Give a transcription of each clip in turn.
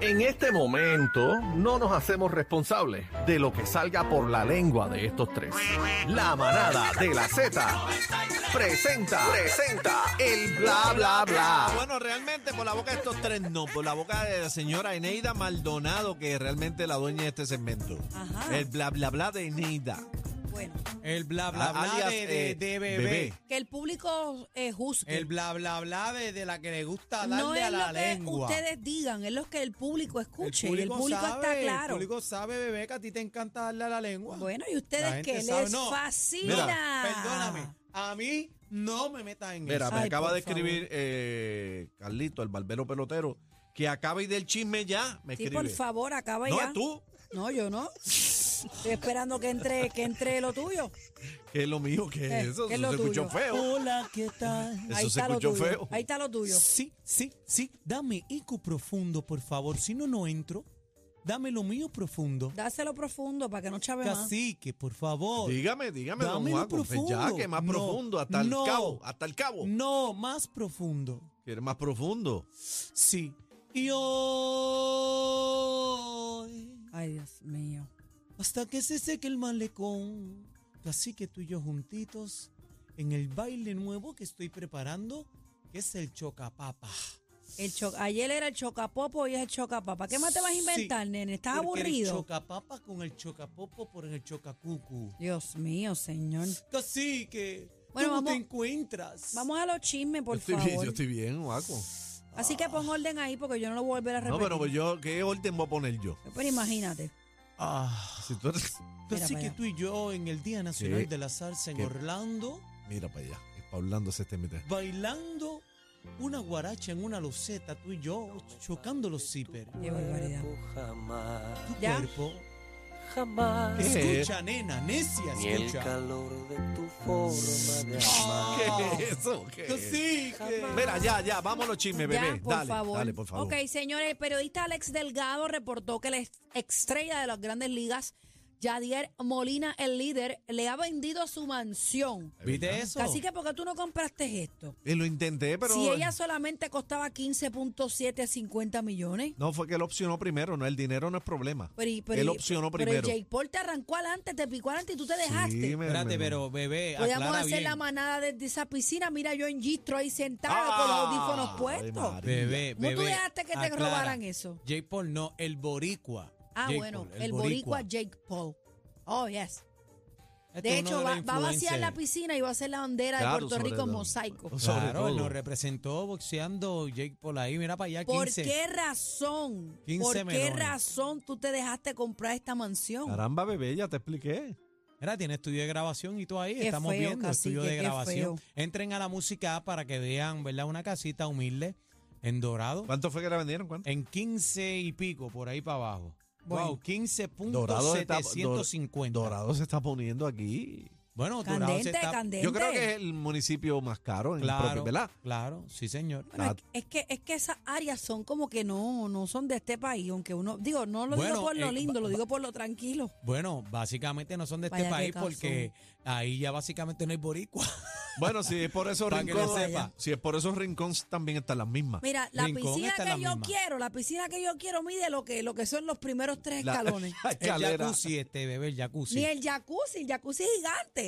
En este momento no nos hacemos responsables de lo que salga por la lengua de estos tres. La manada de la Z presenta, presenta el bla bla bla. Bueno, realmente por la boca de estos tres no, por la boca de la señora Eneida Maldonado, que es realmente la dueña de este segmento. Ajá. El bla bla bla de Eneida. Bueno, El bla bla A- bla alias, de, de- eh, de bebé. bebé. que el público eh, juzgue. El bla bla bla de, de la que le gusta darle no es a la lo que lengua. ustedes digan, es lo que el público escuche. y el público sabe, está claro. El público sabe, bebé, que a ti te encanta darle a la lengua. Bueno, y La ustedes gente que sabe. les No, fascina. mira, perdóname. A mí no me metas en Mira, eso. me Ay, acaba por de escribir eh, Carlito, el barbero pelotero, que acabe del chisme ya. Me Sí, escribe. por favor, acaba no, ya. es tú, No, yo no. Estoy esperando que entre, que entre lo tuyo. que es lo mío, que es Eh, eso. ¿qué es eso lo se escuchó tuyo? feo. Hola, ¿qué tal? Eso Ahí se está lo escuchó tuyo. feo. Ahí está lo tuyo. Sí, sí, sí. Dame IQ profundo, por favor. Si no, no entro. Dame lo mío profundo. Dáselo profundo para que no chave más. Cacique, por favor. Dígame, dígame, don Dámelo Juan, pues ya profundo. que más No, profundo, hasta no. el cabo, hasta el cabo. No, más profundo. ¿Quieres más profundo? Sí. Y hoy, Ay, Dios mío. hasta que se seque el malecón, así que tú y yo juntitos, en el baile nuevo que estoy preparando, que es el chocapapa. El cho- Ayer era el chocapopo y es el chocapapa. ¿Qué más te vas a Sí, inventar, nene? ¿Estás Porque El aburrido? chocapapa con el chocapopo por el chocacucu. Dios mío, señor. Así que, Bueno, ¿cómo te vamos- encuentras? Vamos a los chismes, por yo, estoy bien, favor. yo estoy bien, Juaco. Así que pon orden ahí porque yo no lo voy a volver a No, repetir. pero pues yo, ¿qué orden voy a poner yo? Pero imagínate. Ah, Si tú eres- Mira así para que allá. tú y yo en el Día Nacional ¿Qué? de la Salsa en ¿Qué? Orlando. Mira para allá, este es pa' Orlando ese temita. bailando una guaracha en una loseta, tú y yo, chocando los zíper. Qué barbaridad. Jamás, Tu Ya. cuerpo. jamás. ¿Qué? Escucha, nena, necia, Ni el escucha. calor de tu forma de amar. Ah, ¿Qué es eso? ¿Qué que es? sí, que- Oh. Mira, ya, ya, vámonos chisme, bebé. Ya, por dale, favor. dale, por favor. Ok, señores, el periodista Alex Delgado reportó que la est- estrella de las grandes ligas, Yadier Molina, el líder, le ha vendido su mansión. ¿Viste eso? Así que, ¿por qué tú no compraste esto? Y lo intenté, pero si ella solamente costaba 15.750 millones. no fue que él opcionó primero, no, el dinero no es problema. Pero, y- pero, él y- opcionó pero primero. el Jake Paul te arrancó adelante, te picó adelante y tú te dejaste. Sí, me- Espérate, me- pero bebé, Podíamos aclara hacer bien. la manada desde esa piscina. Mira, yo en Gistro ahí sentada con los audífonos Ay, puestos. María. Bebé, ¿Cómo bebé. tú dejaste que te aclara. robaran eso? J. Paul no, el boricua. Ah, Jake bueno, Paul, el, boricua Jake Paul. Oh, yes. Este De es uno hecho, los va, va a vaciar influencers. la piscina y va a hacer la bandera Claro, de Puerto sobre Rico en todo. mosaico. O sea, Sobre Claro, él todo. nos representó boxeando Jake Paul ahí, mira para allá, 15. ¿Por qué razón? 15 ¿Por qué melones. razón tú te dejaste comprar esta mansión? Caramba, bebé, ya te expliqué. Mira, tiene estudio de grabación y todo ahí. Qué Estamos feo, viendo cacique, estudio de qué grabación. feo. Entren a la música App para que vean, ¿verdad? Una casita humilde en Dorado. ¿Cuánto fue que la vendieron? ¿Cuánto? En 15 y pico, por ahí para abajo. Bueno. Wow, Dorado está- Dor- 15.750. Dorado se está poniendo aquí. Bueno, Dorado Candente, se está... candente. Yo creo que es el municipio más caro en Claro, propio, ¿verdad? claro, sí señor. Bueno, es, es que, es que esas áreas son como que no, no son de este país, aunque uno, digo, no lo digo Bueno, por lo eh, lindo, va- lo digo por lo tranquilo. Bueno, básicamente no son de este Vaya, qué país caso. porque ahí ya básicamente no hay boricua. Bueno, si es por esos Para que lo rincones, sepa. si es por esos rincones también están las mismas. Mira, la Rincón piscina está que en la yo misma. quiero, la piscina que yo quiero mide lo que, lo que son los primeros tres La- escalones. la El escalera. jacuzzi este, bebé, el jacuzzi. Ni el jacuzzi, el jacuzzi es gigante.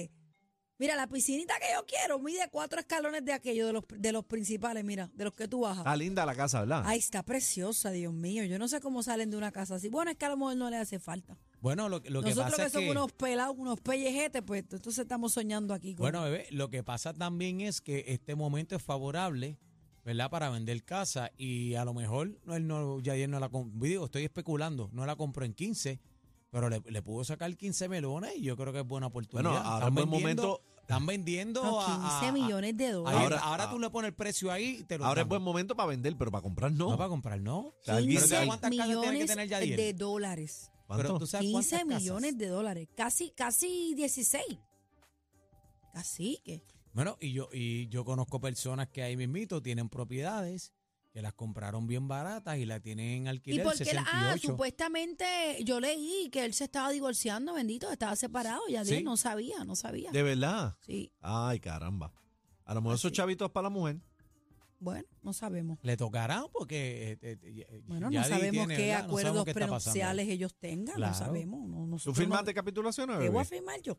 Mira, la piscinita que yo quiero mide cuatro escalones de aquello, de los, de los principales, mira, de los que tú bajas. Está linda la casa, ¿verdad? Ay, está preciosa, Dios mío. Yo no sé cómo salen de una casa así. Bueno, es que a lo mejor no le hace falta. Bueno, lo, lo que Nosotros pasa que es que... somos unos pelados, unos pellejetes, pues entonces estamos soñando aquí. Con Bueno, bebé, lo que pasa también es que este momento es favorable, ¿verdad? Para vender casa y a lo mejor no, él no, Yadier no la compró, digo, estoy especulando, no la compró en 15, pero le, le pudo sacar 15 melones y yo creo que es buena oportunidad. Bueno, ahora es buen momento- Están vendiendo No, a- 15 a- a- millones de dólares. Ahora, Ahora- ah, ahora tú le pones el precio ahí y te lo Ahora es dan. buen momento para vender, pero para comprar no. No para comprar, no. O sea, alguien- Pero ¿sabes 15 cuántas casas tiene que millones tener Yadier? de dólares. ¿Cuánto? Pero tú sabes 15 cuántas casas. millones de dólares. Casi, casi 16. Casi que. Bueno, y yo, y yo conozco personas que ahí mismito tienen propiedades que las compraron bien baratas y la tienen en ¿Y alquiler por qué? la- 68. Ah, supuestamente yo leí que él se estaba divorciando, bendito, estaba separado. Yadier Sí. no sabía, no sabía. De verdad. Sí. Ay, caramba. A lo mejor esos Así. chavitos para la mujer. Bueno, no sabemos. Le tocará porque eh, eh, eh, Bueno, Yadi no sabemos tiene, qué ¿verdad? No sabemos acuerdos qué está pasando ahí. prenupciales ellos tengan, Claro. no sabemos. No, ¿Tú nosotros firmaste no- capitulaciones, ¿Qué voy bebé? a firmar yo?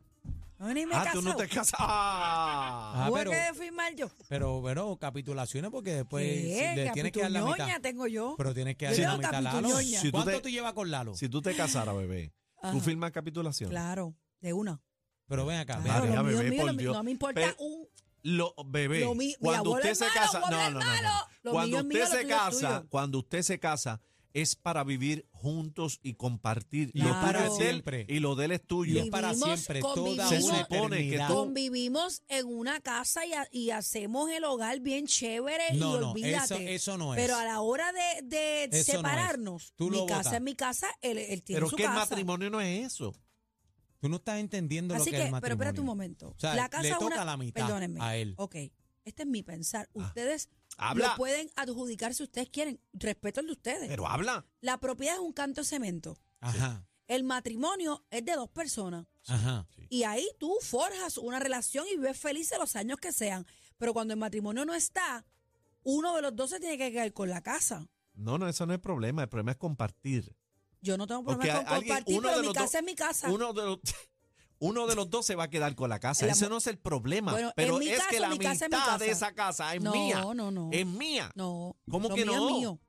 No, ni me he Ah, tú no casado. te casas. Ah. Ah, Tuve pero, que firmar yo. pero, pero capitulaciones porque después ¿Qué? si Pues, le tienes que dar la Capituñoña mitad. tengo yo. Pero tienes que Yo dar la tengo mitad a Lalo. capituñoña. Si tú ¿Cuánto te- tú llevas con Lalo? Si tú te casaras, bebé, tú Ajá. firmas capitulación. Claro, de una. Pero ven acá, ven Claro, acá. ya, lo mío es bebé, mío, por lo mío- Dios. no me importa Pero- un... Lo, bebé, Lo mi- mi cuando abuelo usted es se malo, casa, mi abuelo no, es no, no, no. malo. Lo Cuando mío es mío, usted lo se tuyo es casa, tuyo. cuando usted se casa es para vivir juntos y compartir. Lo tuyo Claro. es de él Siempre. y lo de él es Y tuyo. es para Vivimos, siempre, toda convivimos. una Se supone que eternidad. tú- Convivimos en una casa y, ha- y hacemos el hogar bien chévere No, y no, olvídate. eso- eso no es. Pero a la hora de, de Eso no es. separarnos, Tú lo mi casa botas. es mi casa, él, él tiene Pero su que el casa. matrimonio no es eso. Tú no estás entendiendo Así lo que, que, es el matrimonio. pero espérate un momento. O sea, la casa le es toca una- la mitad perdónenme. a él. Ah. Ok, este es mi pensar. Ustedes Habla. lo pueden adjudicar si ustedes quieren. Respeto el de ustedes. Pero habla. la propiedad es un canto de cemento. Ajá, El matrimonio es de dos personas. ajá. Y ahí tú forjas una relación y vives felices los años que sean. Pero cuando el matrimonio no está, uno de los dos se tiene que quedar con la casa. No, no, eso no es problema. El problema es compartir. Yo no tengo Porque problema con alguien- compartir, uno de pero mi los casa dos- es mi casa. Uno de los, uno de los dos se va a quedar con la casa. La- Ese no es el problema. Bueno, en pero mi es que caso, la mi mitad casa es mi de casa. esa casa es no, mía. no, no. Es mía. No. ¿Cómo lo que mío es no? mío.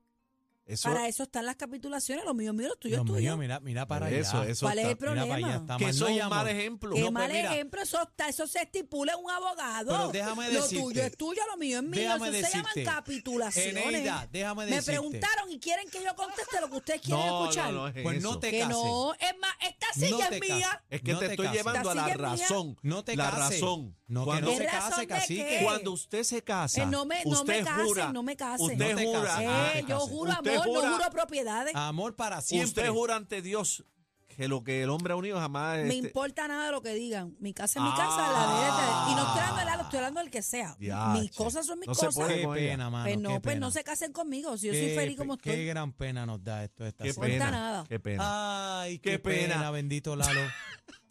Eso, Para eso están las capitulaciones, lo mío es mío, lo tuyo es Dios tuyo. mío, mira, mira para eso, allá. eso ¿Cuál es está- el problema? Mira para allá, está Que mal. eso No, es un mi mal amor. ejemplo. Qué No, pues mal mira, ejemplo, eso, está- eso se estipula en un abogado. Pero déjame decirte- Lo tuyo es tuyo, lo mío es mío. déjame eso se decirte. llaman capitulaciones. Eneida, déjame Me decirte. preguntaron y quieren que yo conteste lo que ustedes quieren No, escuchar. no, no, es Pues no eso. te que cases. no, es más, esta No silla te es mía. cases. Es que No te, te estoy cases. llevando a la Esta silla es mía. razón. No te La cases. razón. No, que cuando, no ¿Qué se razón case, de cacique. qué? cuando usted se casa, Eh, no me- no me usted casen, jura, no me casen. Usted No te jura, cases. ah, te Eh, yo cases. Ah, juro Usted amor, jura- no juro propiedades. Amor para siempre. usted jura ante Dios que lo que el hombre ha unido jamás. Me este- importa nada lo que digan. Mi casa es mi Ah. casa, la de ella es- Y no estoy hablando de la- estoy hablando del que sea. Diache. mis cosas son mis No se cosas. puede Qué con ella. pena, mano. pues qué no, pues pena. no se casen conmigo. Si yo Qué soy feliz pe- como Qué estoy. gran pena nos da esto esta Qué semana. importa pena. nada. Qué pena. Ah, Ay, qué, Qué pena. pena. bendito Lalo.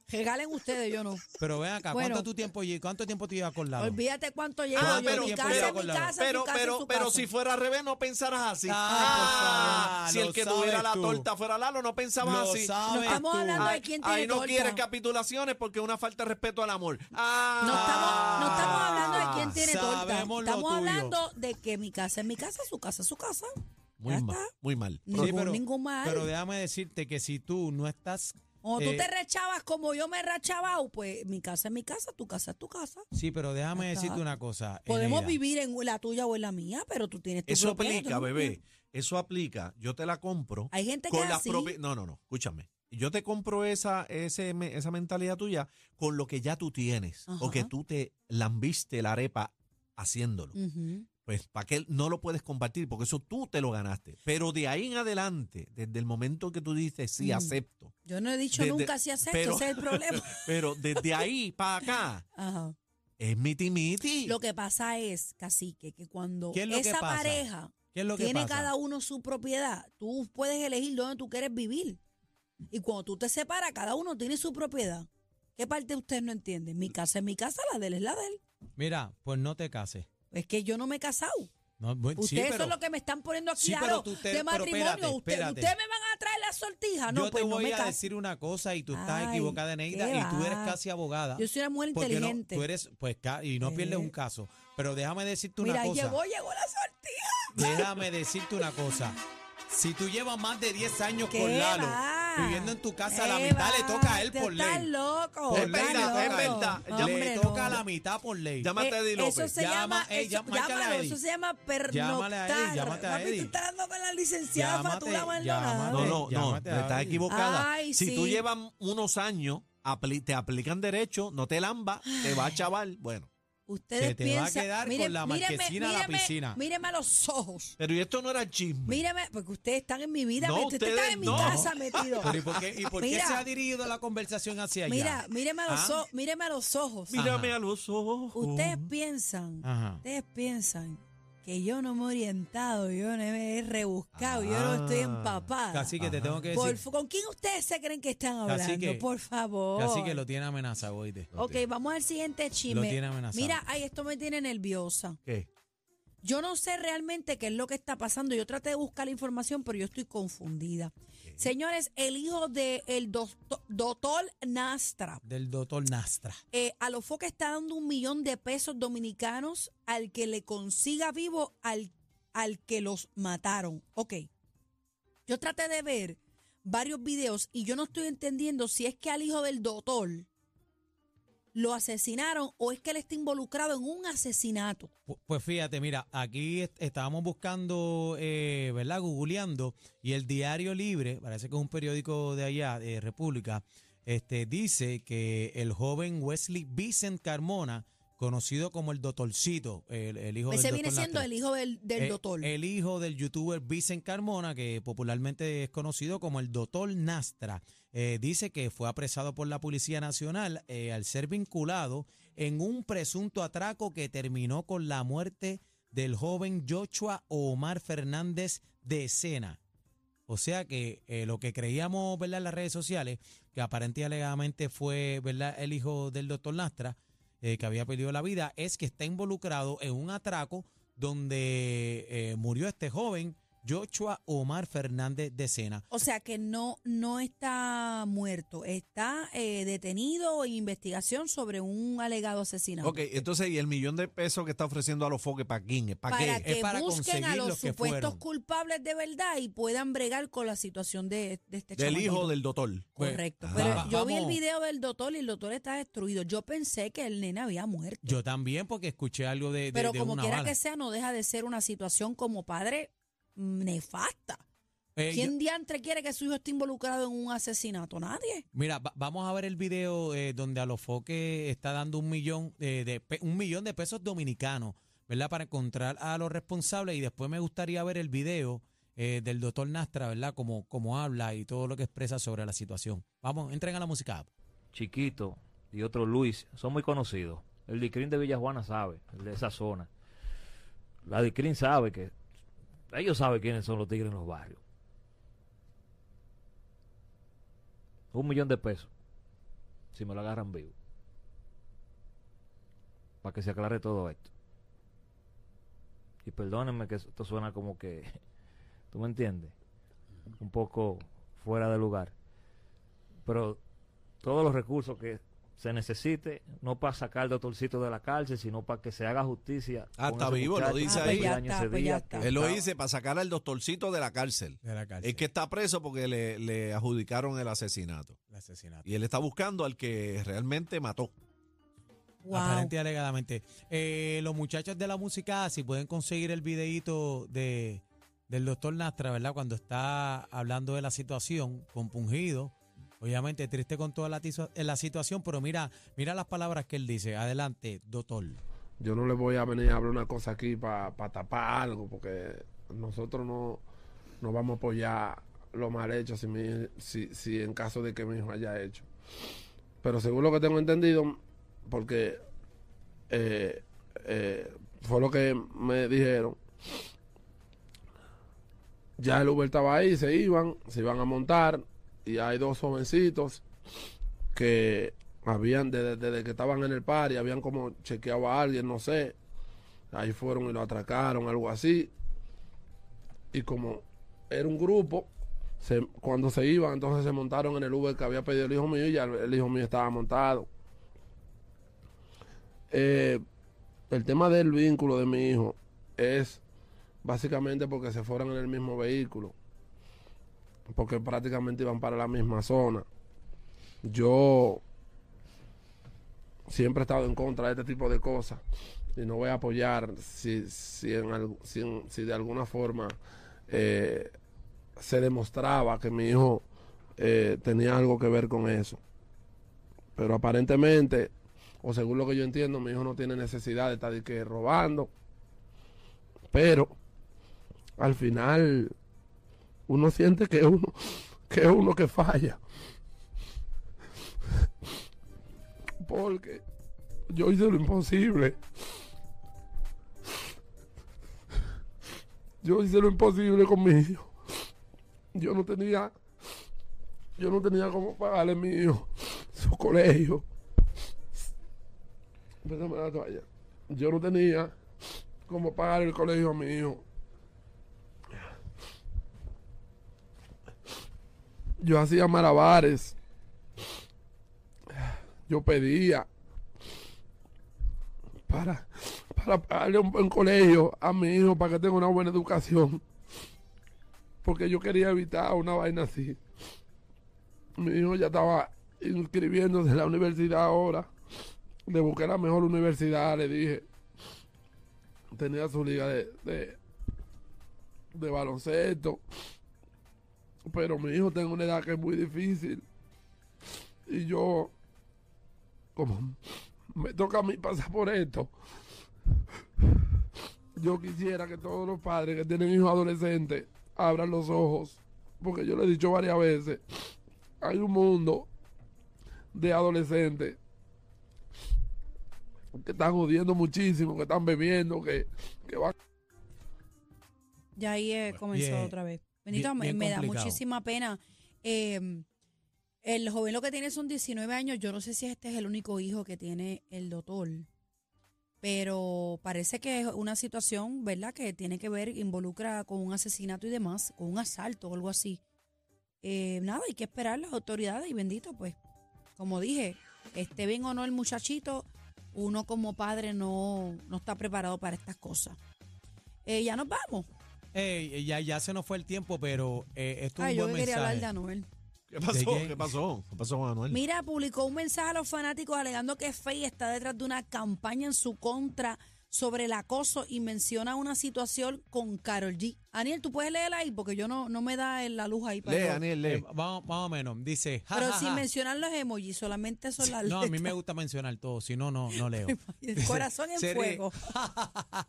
Regalen ustedes, yo no. Pero ven acá, Bueno. ¿cuánto tu tiempo lle- cuánto tiempo te llevas con Lalo? Olvídate cuánto Ah, lleva. yo, pero- mi casa pero- es mi pero- casa, pero, su casa es pero, su pero casa. si fuera al revés, no pensaras así. Ah, Ay, por Ah, favor, si lo el que tuviera sabes la tú. torta fuera Lalo, no pensabas Lo así. sabes No estamos tú. hablando Ay, de quién tiene ahí no torta. quieres capitulaciones porque es una falta de respeto al amor. Ah, No estamos, no estamos hablando de quién tiene torta. Sabemos lo Estamos tuyo. hablando de que mi casa es mi casa, su casa es su casa. Ah, Muy Ya mal, está. muy mal. Sí, Ningún, ningún mal. pero déjame decirte que si tú no estás o tú eh, te rechabas como yo me he rechabado, pues mi casa es mi casa, tu casa es tu casa. Sí, pero déjame Ya está. decirte una cosa. Podemos Eneida. vivir en la tuya o en la mía, pero tú tienes tu Eso propiedad, aplica, tú no bebé. tienes. Eso aplica. Yo te la compro. Hay gente que con es las así. propi- No, no, no. Escúchame. Yo te compro esa, ese, me- esa mentalidad tuya con lo que ya tú tienes. Ajá. Mm. Porque tú te lambiste la arepa haciéndolo. Ujú. Pues para que no lo puedes compartir, porque eso tú te lo ganaste. Pero de ahí en adelante, desde el momento que tú dices sí, Mm. acepto. Yo no he dicho Desde- nunca si haces esto, pero- ese es el problema. Pero desde ahí para acá, Ajá. es miti miti. Lo que pasa es, cacique, que cuando ¿Qué es lo que esa pasa? pareja ¿Qué es lo que tiene pasa? cada uno su propiedad, tú puedes elegir dónde tú quieres vivir. Y cuando tú te separas, cada uno tiene su propiedad. ¿Qué parte ustedes no entienden? Mi casa es mi casa, la de él es la de él. Mira, pues no te cases. Es que yo no me he casado. No, bueno, sí, Ustedes pero son los que me están poniendo aquí sí, a pero lo tú te- de pero matrimonio. espérate, Usted- espérate. Ustedes me van a traer la sortija. No, yo pues te no voy me a caso. decir una cosa y tú estás Ay, equivocada, Eneida, qué y tú eres va. casi abogada. Yo soy una mujer Porque no- inteligente. tú eres, pues, ca- y no Sí. pierdes un caso. Pero déjame decirte una Mira, cosa. llegó, llegó la sortija. Déjame decirte una cosa. Si tú llevas más de 10 años ¿Qué con Lalo, va? viviendo en tu casa, la ¿Qué mitad va? le toca a él Usted por está ley. loco. Por Es está verdad, es loco. verdad. Ya- Hombre, le toca no. Eh, la mitad por ley. Llama- Llámate a Eddie López. Eso se Llama- llama, ey, eso, llama- márcale a llámalo, Eddie. eso se llama pernoctar. Llámale a Eddie, llámate a Papi, Eddie. tú estás hablando con la licenciada Llámate, Fatula Maldonado. llámate. No, no, no, Llámate a estás Abby. equivocada. Ay, si tú sí. llevas unos años, apli- te aplican derecho, no te lamba, te va a chaval. Bueno, Ustedes Se te va a piensan, quedar miren- con la mírenme- marquesina a la mírenme- piscina. Mírenme a los ojos. pero y esto no era chisme. Mírame, porque ustedes están en mi vida, No, metidos, ustedes, ustedes están en mi no. casa metidos. Pero ¿y por qué, y por qué Mira. se ha dirigido la conversación hacia allá? Mira, míreme a los, Ah. Uh-huh. ojos, míreme a los ojos. Mírame Ajá. a los ojos. Ustedes piensan, Ajá. ustedes piensan que yo no me he orientado, yo no me he rebuscado, yo no estoy Ah. empapada. Así que te tengo que Por decir. fa- ¿Con quién ustedes se creen que están hablando? Cacique, Por favor. Así que lo tiene amenazado, oíste. Ok, vamos al siguiente chisme. tiene amenazado. Mira, ay, esto me tiene nerviosa. ¿Qué? Yo no sé realmente qué es lo que está pasando. Yo traté de buscar la información, pero yo estoy confundida. Señores, el hijo del el doctor, doctor Nastra, del doctor Nastra. eh, a los que está dando un millón de pesos dominicanos al que le consiga vivo al, al que los mataron. Ok. Yo traté de ver varios videos y yo no estoy entendiendo si es que al hijo del doctor lo asesinaron o es que él está involucrado en un asesinato. Pu- Pues fíjate, mira, aquí est- estábamos buscando, eh, ¿verdad? Googleando y el Diario Libre, parece que es un periódico de allá, de República, este, dice que el joven Wesley Vicent Carmona, conocido como el Dotorcito, el, el hijo Ese del viene Dr. siendo Lastra. el hijo del, del Eh, doctor. El hijo del youtuber Vicent Carmona, que popularmente es conocido como el Doctor Nastra, eh, dice que fue apresado por la Policía Nacional eh, al ser vinculado en un presunto atraco que terminó con la muerte del joven Joshua Omar Fernández de Sena. O sea que eh, lo que creíamos ¿verdad? en las redes sociales, que aparentemente alegadamente fue ¿verdad? el hijo del doctor Nastra, eh, que había perdido la vida, es que está involucrado en un atraco donde eh, murió este joven, Joshua Omar Fernández de Sena. o sea que no, no está muerto, está eh, detenido en investigación sobre un alegado asesinato. Ok, entonces, ¿y el millón de pesos que está ofreciendo a los foques para quién? ¿Para, para qué? que Es para busquen a conseguir los, los que supuestos fueron. culpables de verdad y puedan bregar con la situación de, de este Del chamaquito. hijo del doctor. Correcto. Ah, Pero va- yo vi el pues, vamos. video del doctor y el doctor está destruido. Yo pensé que el nene había muerto. Yo también, porque escuché algo de, de- pero de como una quiera bala. que sea, no deja de ser una situación como padre mm, nefasta. Eh, yo- ¿Quién diantre quiere que su hijo esté involucrado en un asesinato? Nadie. Mira, va- vamos a ver el video eh, donde Alofoque está dando un millón, eh, de, pe- un millón de pesos dominicanos, ¿verdad? Para encontrar a los responsables y después me gustaría ver el video eh, del doctor Nastra, ¿verdad? Como, como habla y todo lo que expresa sobre la situación. Vamos, entren a la música. app. Chiquito y otro Luis son muy conocidos. El Dicrín de Villajuana sabe, el de esa zona. La Dicrín sabe que. Ellos saben quiénes son los tigres en los barrios. Un millón de pesos. Si me lo agarran vivo. Para que se aclare todo esto. Y perdónenme que esto suena como que. ¿Tú me entiendes? Un poco fuera de lugar. Pero todos los recursos que se necesite, no para sacar al doctorcito de la cárcel, sino para que se haga justicia. Ah, con está ese vivo, lo muchacho, dice que ahí. cumple Ah, pues ya años está, ese pues ya día, está. que Él lo estaba- dice para sacar al doctorcito de la cárcel. De la cárcel. Es que está preso porque le, le adjudicaron el asesinato. El asesinato. Y él está buscando al que realmente mató. Wow. Aparente y alegadamente. Eh, los muchachos de la música, si pueden conseguir el videíto de, del doctor Nastra, ¿verdad? Cuando está hablando de la situación, compungido, obviamente triste con toda la, tiso- eh, la situación, pero mira, mira las palabras que él dice. Adelante, doctor. yo no le voy a venir a hablar una cosa aquí para tapar algo, porque nosotros no, no vamos a apoyar lo mal hecho si, mi- si, si en caso de que mi hijo haya hecho. Pero según lo que tengo entendido, porque eh, eh, fue lo que me dijeron, ya el Uber estaba ahí, se iban, se iban a montar, y hay dos jovencitos que habían, desde, desde que estaban en el party, habían como chequeado a alguien, no sé. Ahí fueron y lo atracaron, algo así. Y como era un grupo, se- cuando se iban, entonces se montaron en el Uber que había pedido el hijo mío y ya el, el hijo mío estaba montado. Eh, el tema del vínculo de mi hijo es básicamente porque se fueron en el mismo vehículo. Porque prácticamente iban para la misma zona yo siempre he estado en contra de este tipo de cosas y no voy a apoyar si, si, en algu- si en- si de alguna forma eh, se demostraba que mi hijo eh, tenía algo que ver con eso. Pero aparentemente, o según lo que yo entiendo, mi hijo no tiene necesidad de estar de que robando. Pero al final uno siente que uno que es uno que falla. Porque yo hice lo imposible. Yo hice lo imposible con mi hijo. Yo no tenía. Yo no tenía cómo pagarle a mi hijo su colegio. Préstame la toalla. Yo no tenía cómo pagar el colegio a mi hijo. Yo hacía malabares. Yo pedía para, para pagarle un buen colegio a mi hijo para que tenga una buena educación. Porque yo quería evitar una vaina así. Mi hijo ya estaba inscribiéndose en la universidad ahora. Le busqué la mejor universidad, le dije. Tenía su liga de, de, de baloncesto. Pero mi hijo tiene una edad que es muy difícil. Y yo, como me toca a mí pasar por esto. Yo quisiera que todos los padres que tienen hijos adolescentes abran los ojos, porque yo lo he dicho varias veces, hay un mundo de adolescentes que están jodiendo muchísimo, que están bebiendo, que, que van Ya ahí eh, comenzó Pues, bien, otra vez. Benito, bien- me, bien me da complicado. muchísima pena. Eh, el joven lo que tiene son 19 años. Yo no sé si este es el único hijo que tiene el doctor. Pero parece que es una situación, ¿verdad?, que tiene que ver, involucra con un asesinato y demás, con un asalto o algo así. Eh, nada, hay que esperar las autoridades y bendito, pues, como dije, esté bien o no el muchachito, uno como padre no, no está preparado para estas cosas. Eh, ya nos vamos. Ey, eh, ya, ya se nos fue el tiempo, pero eh, esto es Ay, un yo buen que quería mensaje. hablar de Anuel. ¿Qué pasó? qué? ¿Qué pasó? ¿Qué pasó con Anuel? Mira, publicó un mensaje a los fanáticos alegando que Faye está detrás de una campaña en su contra sobre el acoso y menciona una situación con Carol G. Aniel, tú puedes leer ahí porque yo no, no me da en la luz ahí para Lee, yo- Aniel, Eh, lee. vamos, más o menos. Dice, ja, Pero ja, sin ja. mencionar los emojis, solamente son las No, a mí me letras. gusta mencionar todo, si no, no, no leo. El corazón en Se ríe. fuego.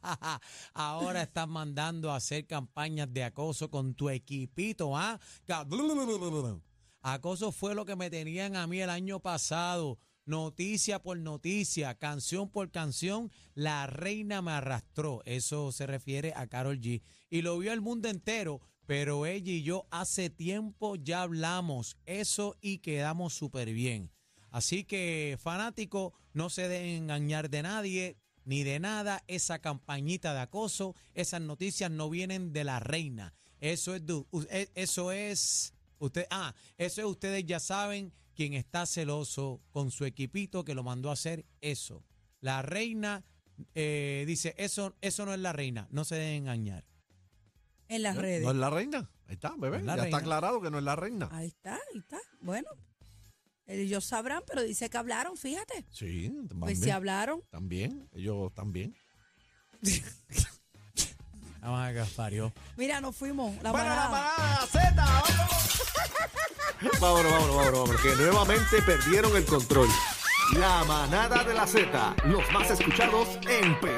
Ahora estás mandando a hacer campañas de acoso con tu equipito, ¿ah? Ca- Acoso fue lo que me tenían a mí el año pasado. Noticia por noticia, canción por canción, la reina me arrastró. Eso se refiere a Carol G. Y lo vio el mundo entero, pero ella y yo hace tiempo ya hablamos eso y quedamos súper bien. Así que, fanático, no se dejen engañar de nadie ni de nada. Esa campañita de acoso, esas noticias no vienen de la reina. Eso es, du- u- e- eso es, usted, ah, eso es, ustedes ya saben quién está celoso con su equipito que lo mandó a hacer eso. La reina eh, dice, eso, eso no es la reina, no se dejen engañar. En las redes. ¿No es la reina? Ahí está, bebé. No es ya la está reina. aclarado que no es la reina. Ahí está, ahí está. Bueno, ellos sabrán, pero dice que hablaron, fíjate. Sí, también. Pues si hablaron, también. Ellos también. Vamos a Gaspario. mira, nos fuimos. La ¡Para la parada manada. Z! Vámonos, vámonos, vámonos, vámonos, que nuevamente perdieron el control. La manada de la Z, los más escuchados en Perú.